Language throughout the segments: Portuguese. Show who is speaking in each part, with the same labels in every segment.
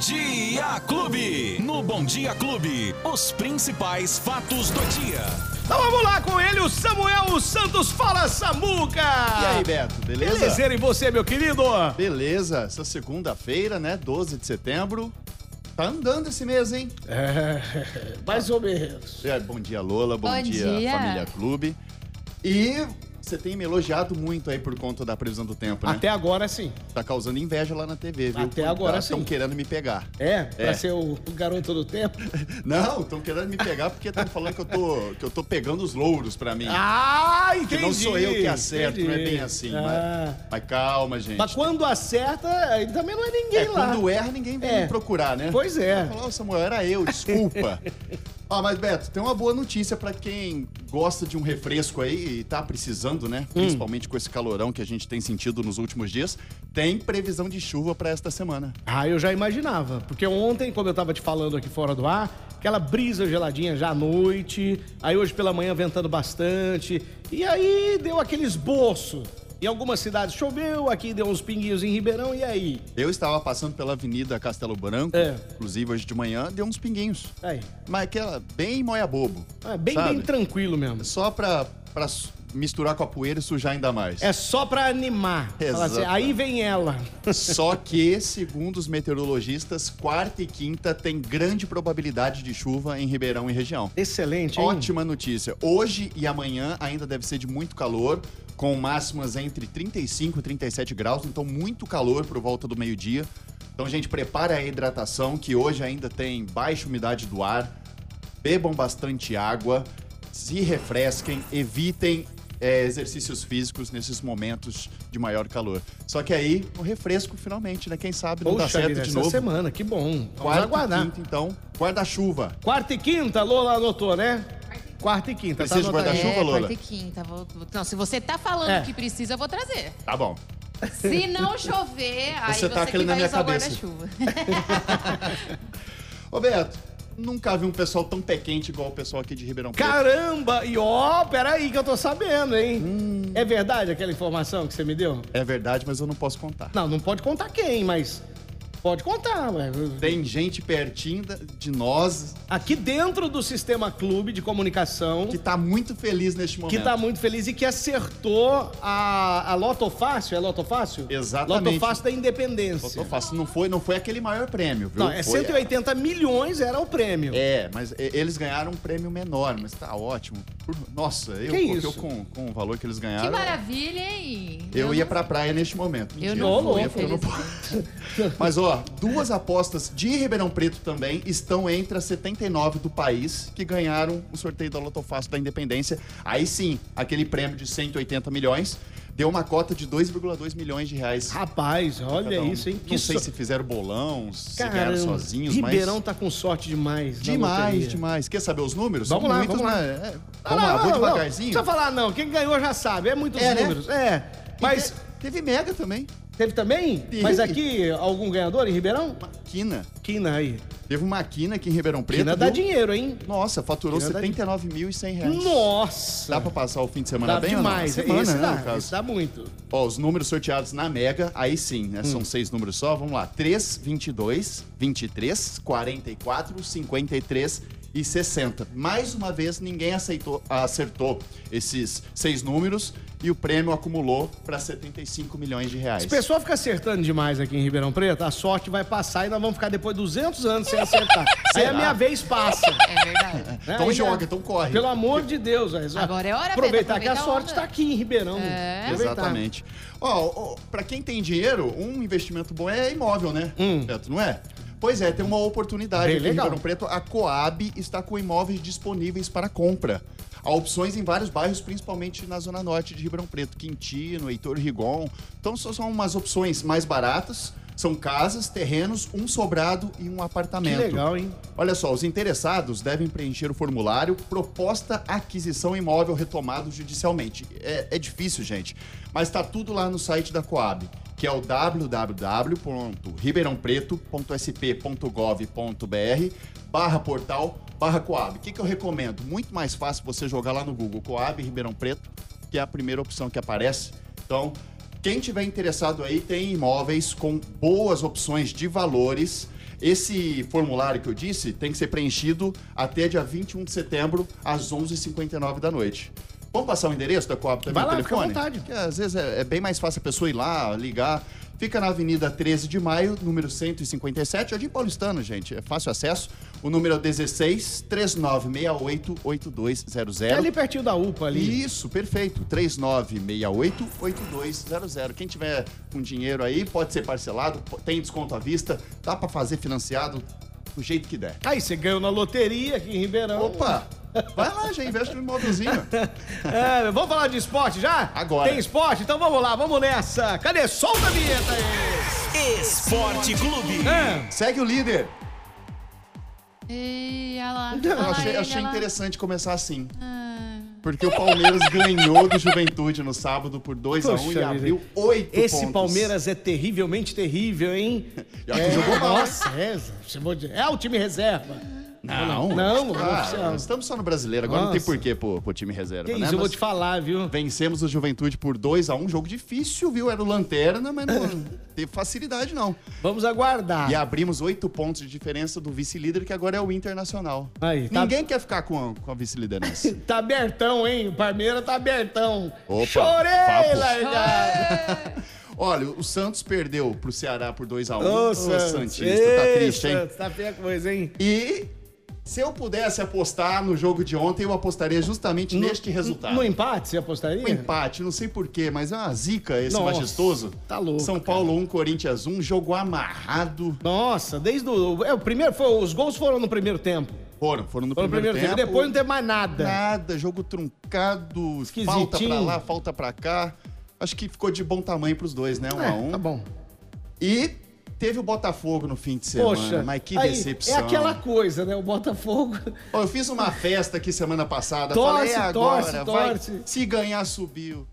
Speaker 1: Dia Clube. No Bom Dia Clube, os principais fatos do dia.
Speaker 2: Então vamos lá com ele, o Samuel Santos. Fala, Samuca!
Speaker 3: E
Speaker 4: Ah,
Speaker 3: aí, Beto, beleza?
Speaker 2: Belezeira em você, meu querido?
Speaker 3: Beleza, essa segunda-feira, né, 12 de setembro. Tá andando esse mês, hein?
Speaker 4: É, Mais ou menos.
Speaker 3: É, Bom dia, Lola. Bom,
Speaker 5: Bom
Speaker 3: dia,
Speaker 5: dia.
Speaker 3: Família Clube. E você tem me elogiado muito aí por conta da previsão do tempo, né?
Speaker 4: Até agora sim.
Speaker 3: Tá causando inveja lá na TV, viu?
Speaker 4: Até agora,
Speaker 3: Estão
Speaker 4: sim.
Speaker 3: querendo me pegar.
Speaker 4: É, pra
Speaker 3: É.
Speaker 4: ser o garoto do tempo.
Speaker 3: Não, estão querendo me pegar porque estão falando que eu, tô, que eu tô pegando os louros pra mim.
Speaker 4: Ah,
Speaker 3: que
Speaker 4: entendi.
Speaker 3: não sou eu que acerto, não é bem assim.
Speaker 4: Ah.
Speaker 3: Mas, mas calma, gente.
Speaker 4: Mas quando acerta, aí também não é ninguém
Speaker 3: É,
Speaker 4: lá.
Speaker 3: quando erra, ninguém vem
Speaker 4: É.
Speaker 3: me procurar, né?
Speaker 4: Pois é.
Speaker 3: Vai falar, "Ô, Samuel, era eu, desculpa. Ó, mas Beto, tem uma boa notícia pra quem gosta de um refresco aí e tá precisando, né?
Speaker 4: Hum.
Speaker 3: Principalmente com esse calorão que a gente tem sentido nos últimos dias. Tem previsão de chuva pra esta semana.
Speaker 4: Ah, eu já imaginava. Porque ontem, como eu tava te falando aqui fora do ar, aquela brisa geladinha já à noite, aí hoje pela manhã ventando bastante, e aí deu aquele esboço. Em algumas cidades choveu, aqui deu uns pinguinhos em Ribeirão, e aí?
Speaker 3: Eu estava passando pela Avenida Castelo Branco,
Speaker 4: É.
Speaker 3: inclusive hoje de manhã, deu uns pinguinhos.
Speaker 4: Aí.
Speaker 3: Mas aquela bem moia bobo.
Speaker 4: É bem,
Speaker 3: sabe?
Speaker 4: bem tranquilo mesmo.
Speaker 3: Só pra, pra su- misturar com a poeira e sujar ainda mais.
Speaker 4: É só pra animar. Fala assim,
Speaker 3: Exato.
Speaker 4: aí vem ela.
Speaker 3: Só que, segundo os meteorologistas, quarta e quinta tem grande probabilidade de chuva em Ribeirão e região.
Speaker 4: Excelente, hein?
Speaker 3: Ótima notícia. Hoje e amanhã ainda deve ser de muito calor, com máximas entre 35 e 37 graus, então muito calor por volta do meio-dia. Então, gente, prepara a hidratação, que hoje ainda tem baixa umidade do ar. Bebam bastante água, se refresquem, evitem é, exercícios físicos nesses momentos de maior calor. Só que aí, o refresco finalmente, né? Quem sabe não
Speaker 4: Poxa,
Speaker 3: dá certo
Speaker 4: vida,
Speaker 3: de
Speaker 4: essa
Speaker 3: novo.
Speaker 4: semana, que bom. Vamos
Speaker 3: Quarta e
Speaker 4: aguardar.
Speaker 3: quinta, então, guarda-chuva.
Speaker 4: Quarta e quinta, Lola anotou, né? Quarta e quinta.
Speaker 3: Precisa de
Speaker 4: anotado.
Speaker 3: Tá guarda-chuva? chuva,
Speaker 5: é,
Speaker 3: Lola?
Speaker 5: quarta e quinta. Vou- vou- Não, se você tá falando
Speaker 4: É.
Speaker 5: que precisa, eu vou trazer.
Speaker 3: Tá bom.
Speaker 5: Se não chover, aí
Speaker 3: Você
Speaker 5: você,
Speaker 3: tá aquele
Speaker 5: que
Speaker 3: na
Speaker 5: vai
Speaker 3: minha
Speaker 5: usar o
Speaker 3: cabeça.
Speaker 5: guarda-chuva.
Speaker 3: Ô, Beto, nunca vi um pessoal tão pé quente igual o pessoal aqui de Ribeirão Preto.
Speaker 4: Caramba! E ó, peraí que eu tô sabendo, hein?
Speaker 3: Hum.
Speaker 4: É verdade aquela informação que você me deu?
Speaker 3: É verdade, mas eu não posso contar.
Speaker 4: Não, não pode contar quem, mas pode contar, ué.
Speaker 3: Tem gente pertinho da- de nós
Speaker 4: Aqui dentro do Sistema Clube de Comunicação,
Speaker 3: que né?
Speaker 4: que,
Speaker 3: tá muito feliz neste momento.
Speaker 4: tá muito feliz e que acertou a, a Loto Fácil, é Loto Fácil?
Speaker 3: Exatamente.
Speaker 4: Loto Fácil da Independência.
Speaker 3: Eu faço, não foi, não foi aquele maior prêmio, viu?
Speaker 4: Não, é
Speaker 3: Foi-
Speaker 4: 180 milhões era o prêmio.
Speaker 3: É, mas e- eles ganharam um prêmio menor, mas tá ótimo. Por- Nossa, eu,
Speaker 4: Que
Speaker 3: porque
Speaker 4: isso?
Speaker 3: eu com, com o valor que eles
Speaker 5: Que
Speaker 3: ganharam.
Speaker 5: maravilha, hein?
Speaker 3: Eu
Speaker 5: não-
Speaker 3: ia pra praia neste momento.
Speaker 5: Eu
Speaker 3: Mentira,
Speaker 5: não
Speaker 4: vou,
Speaker 3: ia, porque eu não posso. Mas, ó, duas apostas de Ribeirão Preto também estão entre as 79 do país que ganharam o sorteio da Lotofácil da Independência. Aí sim, aquele prêmio de 180 milhões deu uma cota de 2,2 milhões de reais.
Speaker 4: Rapaz, olha
Speaker 3: Cada um.
Speaker 4: isso, hein?
Speaker 3: Não sei
Speaker 4: so-
Speaker 3: se fizeram bolão, se
Speaker 4: Caramba,
Speaker 3: ganharam sozinhos,
Speaker 4: Ribeirão
Speaker 3: mas...
Speaker 4: tá com sorte demais. na
Speaker 3: Demais,
Speaker 4: loteria.
Speaker 3: demais. Quer saber os números?
Speaker 4: Vamos lá, vamos lá.
Speaker 3: né? É,
Speaker 4: Ah,
Speaker 3: Vamos
Speaker 4: não,
Speaker 3: lá, vou
Speaker 4: não, não.
Speaker 3: devagarzinho.
Speaker 4: Não precisa falar, não. Quem ganhou já sabe. É muitos
Speaker 3: É, né?
Speaker 4: números. É. Mas
Speaker 3: Mas teve mega também.
Speaker 4: teve também?
Speaker 3: Teve.
Speaker 4: Mas aqui, algum ganhador em Ribeirão?
Speaker 3: Quina.
Speaker 4: Quina aí.
Speaker 3: Teve uma quina aqui em Ribeirão Preto.
Speaker 4: Quina dá
Speaker 3: viu?
Speaker 4: dinheiro, hein?
Speaker 3: Nossa, faturou
Speaker 4: Quina dá
Speaker 3: 79.100 reais.
Speaker 4: Nossa!
Speaker 3: É. Dá pra passar o fim de semana
Speaker 4: Dá
Speaker 3: bem ou não?
Speaker 4: demais. é
Speaker 3: Semana,
Speaker 4: esse
Speaker 3: né,
Speaker 4: dá,
Speaker 3: no caso.
Speaker 4: esse dá muito.
Speaker 3: Ó, os números sorteados na Mega, aí sim, né?
Speaker 4: Hum.
Speaker 3: São seis números só. Vamos lá. 3, 22, 23, 44, 53 e 60. Mais uma vez, ninguém aceitou, acertou esses seis números e o prêmio acumulou pra 75 milhões de reais.
Speaker 4: Se o pessoal fica acertando demais aqui em Ribeirão Preto, a sorte vai passar e nós vamos ficar depois 200 anos sem acertar. aí a
Speaker 3: Será?
Speaker 4: minha vez passa.
Speaker 5: É verdade.
Speaker 4: né?
Speaker 3: Então
Speaker 4: Aí,
Speaker 3: joga,
Speaker 4: né?
Speaker 3: então corre.
Speaker 4: Pelo amor de Deus, velho.
Speaker 5: Agora é hora, Beto,
Speaker 4: Aproveitar que a
Speaker 5: aproveita a
Speaker 4: sorte
Speaker 5: onda.
Speaker 4: tá aqui em Ribeirão.
Speaker 5: É.
Speaker 4: Aproveitar.
Speaker 3: Exatamente. Ó, ó, pra quem tem dinheiro, um investimento bom é imóvel, né? Beto, não é? Pois é, tem uma oportunidade
Speaker 4: Hum. Bem
Speaker 3: aqui em
Speaker 4: legal.
Speaker 3: Ribeirão Preto. A Coab está com imóveis disponíveis para compra. Há opções em vários bairros, principalmente na Zona Norte de Ribeirão Preto, Quintino, Heitor Rigon. Então só são umas opções mais baratas. São casas, terrenos, um sobrado e um
Speaker 4: Que
Speaker 3: apartamento.
Speaker 4: legal, hein?
Speaker 3: Olha só, os interessados devem preencher o formulário Proposta Aquisição Imóvel Retomado Judicialmente. É, é difícil, gente, mas tá tudo lá no site da Coab, que é o www.ribeirãopreto.sp.gov.br barra portal barra Coab. O que, que eu recomendo? Muito mais fácil você jogar lá no Google Coab Ribeirão Preto, que é a primeira opção que aparece. Então, quem tiver interessado aí tem imóveis com boas opções de valores Esse formulário que eu disse tem que ser preenchido até dia 21 de setembro, às 11h59 da noite. Vamos passar o endereço da Coab também,
Speaker 4: Vai
Speaker 3: o
Speaker 4: lá, fica à
Speaker 3: telefone?
Speaker 4: vontade.
Speaker 3: Porque às vezes é, é bem mais fácil a pessoa ir lá, ligar. Fica na Avenida 13 de Maio, número 157, Jardim Paulistano, gente. É fácil acesso. O número é 16 3968 8200.
Speaker 4: É ali pertinho da UPA ali.
Speaker 3: Isso, perfeito. 3968-8200. Quem tiver com dinheiro aí, pode ser parcelado, po- tem desconto à vista, dá pra fazer financiado do jeito que der.
Speaker 4: Aí você ganhou na loteria aqui em Ribeirão.
Speaker 3: Opa! Vai lá, já investe no imóvelzinho.
Speaker 4: É, vamos falar de esporte já?
Speaker 3: Agora.
Speaker 4: Tem esporte? Então vamos lá, vamos nessa. Cadê? Solta a vinheta aí.
Speaker 1: Esporte Clube.
Speaker 4: É.
Speaker 3: Segue o líder.
Speaker 5: Ih, olha lá.
Speaker 3: Eu
Speaker 5: olha lá
Speaker 3: achei,
Speaker 5: ele,
Speaker 3: achei
Speaker 5: olha lá.
Speaker 3: interessante começar assim.
Speaker 5: Ah,
Speaker 3: Porque o Palmeiras ganhou do Juventude no sábado por 2x1
Speaker 4: Puxa
Speaker 3: e
Speaker 4: vida.
Speaker 3: abriu 8
Speaker 4: Esse
Speaker 3: pontos.
Speaker 4: Palmeiras é terrivelmente terrível, hein?
Speaker 3: Eu acho que jogou mal, hein? Né,
Speaker 4: Nossa, é, chamou de- é o time reserva.
Speaker 3: Não.
Speaker 4: Não,
Speaker 3: Ah,
Speaker 4: oficial.
Speaker 3: estamos só no brasileiro, agora não tem
Speaker 4: Nossa.
Speaker 3: porquê pro, pro time reserva,
Speaker 4: Que
Speaker 3: né?
Speaker 4: isso, eu vou
Speaker 3: Mas-
Speaker 4: te falar, viu?
Speaker 3: Vencemos o Juventude por 2 a 1 jogo difícil, viu? Era o Lanterna, mas não teve facilidade, não.
Speaker 4: Vamos aguardar.
Speaker 3: E abrimos oito pontos de diferença do vice-líder, que agora é o Internacional.
Speaker 4: Aí, tá-
Speaker 3: Ninguém quer ficar com a, com a vice-liderança.
Speaker 4: Tá abertão, hein? O Palmeiras tá abertão.
Speaker 3: Opa,
Speaker 4: Chorei,
Speaker 3: papo.
Speaker 4: largado.
Speaker 3: Olha, o Santos perdeu pro Ceará por 2 a 1
Speaker 4: Ô,
Speaker 3: Ô,
Speaker 4: Santos.
Speaker 3: Santista, tá
Speaker 4: Ei,
Speaker 3: triste, hein?
Speaker 4: Santos, tá feia a coisa, hein?
Speaker 3: E se eu pudesse apostar no jogo de ontem, eu apostaria justamente neste resultado.
Speaker 4: No empate, você apostaria?
Speaker 3: Um empate, não sei porquê, mas é uma zica esse
Speaker 4: Nossa,
Speaker 3: majestoso.
Speaker 4: tá louco,
Speaker 3: São Paulo 1, Corinthians 1, jogo amarrado.
Speaker 4: Nossa, desde o. É, o primeiro foi, os gols foram no primeiro tempo.
Speaker 3: Foram, foram no
Speaker 4: Foram no
Speaker 3: primeiro, tempo.
Speaker 4: Depois não teve mais nada.
Speaker 3: Nada, jogo truncado, falta pra
Speaker 4: Esquisitinho.
Speaker 3: lá, falta pra cá. Acho que ficou de bom tamanho pros dois, né? Um a
Speaker 4: É,
Speaker 3: um.
Speaker 4: tá bom.
Speaker 3: E teve o Botafogo no fim de semana,
Speaker 4: Poxa,
Speaker 3: mas que
Speaker 4: aí,
Speaker 3: decepção.
Speaker 4: É aquela coisa, né? O Botafogo.
Speaker 3: Ó, Eu fiz uma festa aqui semana passada,
Speaker 4: Torce,
Speaker 3: falei "É agora,
Speaker 4: torce,
Speaker 3: vai.
Speaker 4: torce."
Speaker 3: Se ganhar, subiu.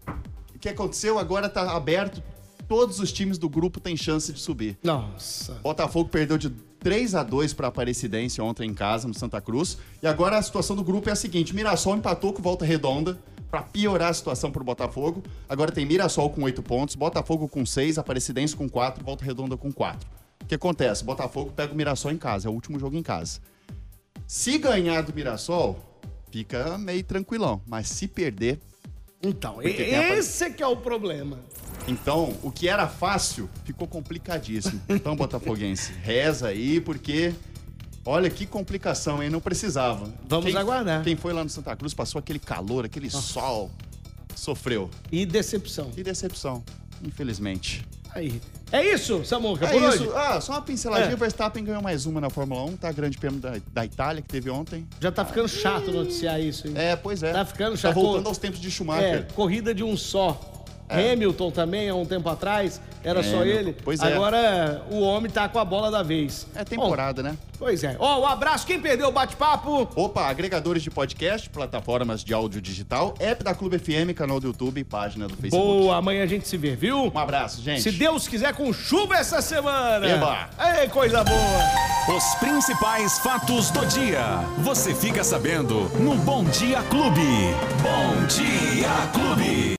Speaker 3: O que aconteceu? Agora tá aberto. Todos os times do grupo têm chance de subir.
Speaker 4: Nossa.
Speaker 3: Botafogo perdeu de 3 a 2 para Aparecidense ontem em casa, no Santa Cruz. E agora a situação do grupo é a seguinte: Mirassol empatou com volta redonda para piorar a situação para o Botafogo. Agora tem Mirassol com 8 pontos, Botafogo com 6, Aparecidense com 4, volta redonda com 4. O que acontece? Botafogo pega o Mirassol em casa, é o último jogo em casa. Se ganhar do Mirassol, fica meio tranquilão. Mas se perder,
Speaker 4: Então, e-
Speaker 3: tem a-
Speaker 4: esse é que é o problema.
Speaker 3: então, o que era fácil ficou complicadíssimo. Então, Botafoguense, reza aí, porque olha que complicação, hein? Não precisava.
Speaker 4: Vamos
Speaker 3: Quem-
Speaker 4: aguardar.
Speaker 3: Quem foi lá no Santa Cruz passou aquele calor, aquele sol, sofreu.
Speaker 4: E decepção.
Speaker 3: Que decepção, infelizmente.
Speaker 4: Aí. É isso, Samuca,
Speaker 3: É
Speaker 4: por hoje?
Speaker 3: isso. Ah, só uma pinceladinha.
Speaker 4: É.
Speaker 3: O Verstappen ganhou mais uma na Fórmula 1, tá? Grande prêmio da, da Itália que teve ontem.
Speaker 4: Já tá ficando chato noticiar isso, hein?
Speaker 3: É, pois é.
Speaker 4: Tá ficando
Speaker 3: Tá
Speaker 4: chato.
Speaker 3: voltando aos tempos de
Speaker 4: É,
Speaker 3: Schumacher. É.
Speaker 4: corrida de um só. Hamilton também, há um tempo atrás, era só
Speaker 3: Hamilton,
Speaker 4: ele.
Speaker 3: pois é.
Speaker 4: Agora o homem tá com a bola da vez.
Speaker 3: É, temporada, né?
Speaker 4: Bom, pois é. Ó, um abraço. Quem perdeu o bate-papo?
Speaker 3: Opa, agregadores de podcast, plataformas de áudio digital, app da Clube FM, canal do YouTube e página do Facebook.
Speaker 4: Boa, amanhã a gente se vê, viu?
Speaker 3: é, Um abraço, gente.
Speaker 4: Se Deus quiser, com chuva essa semana.
Speaker 3: Eba.
Speaker 4: Ei, coisa boa.
Speaker 2: É.
Speaker 1: Os principais fatos do dia. Você fica sabendo no Bom Dia Clube. Bom Dia Clube.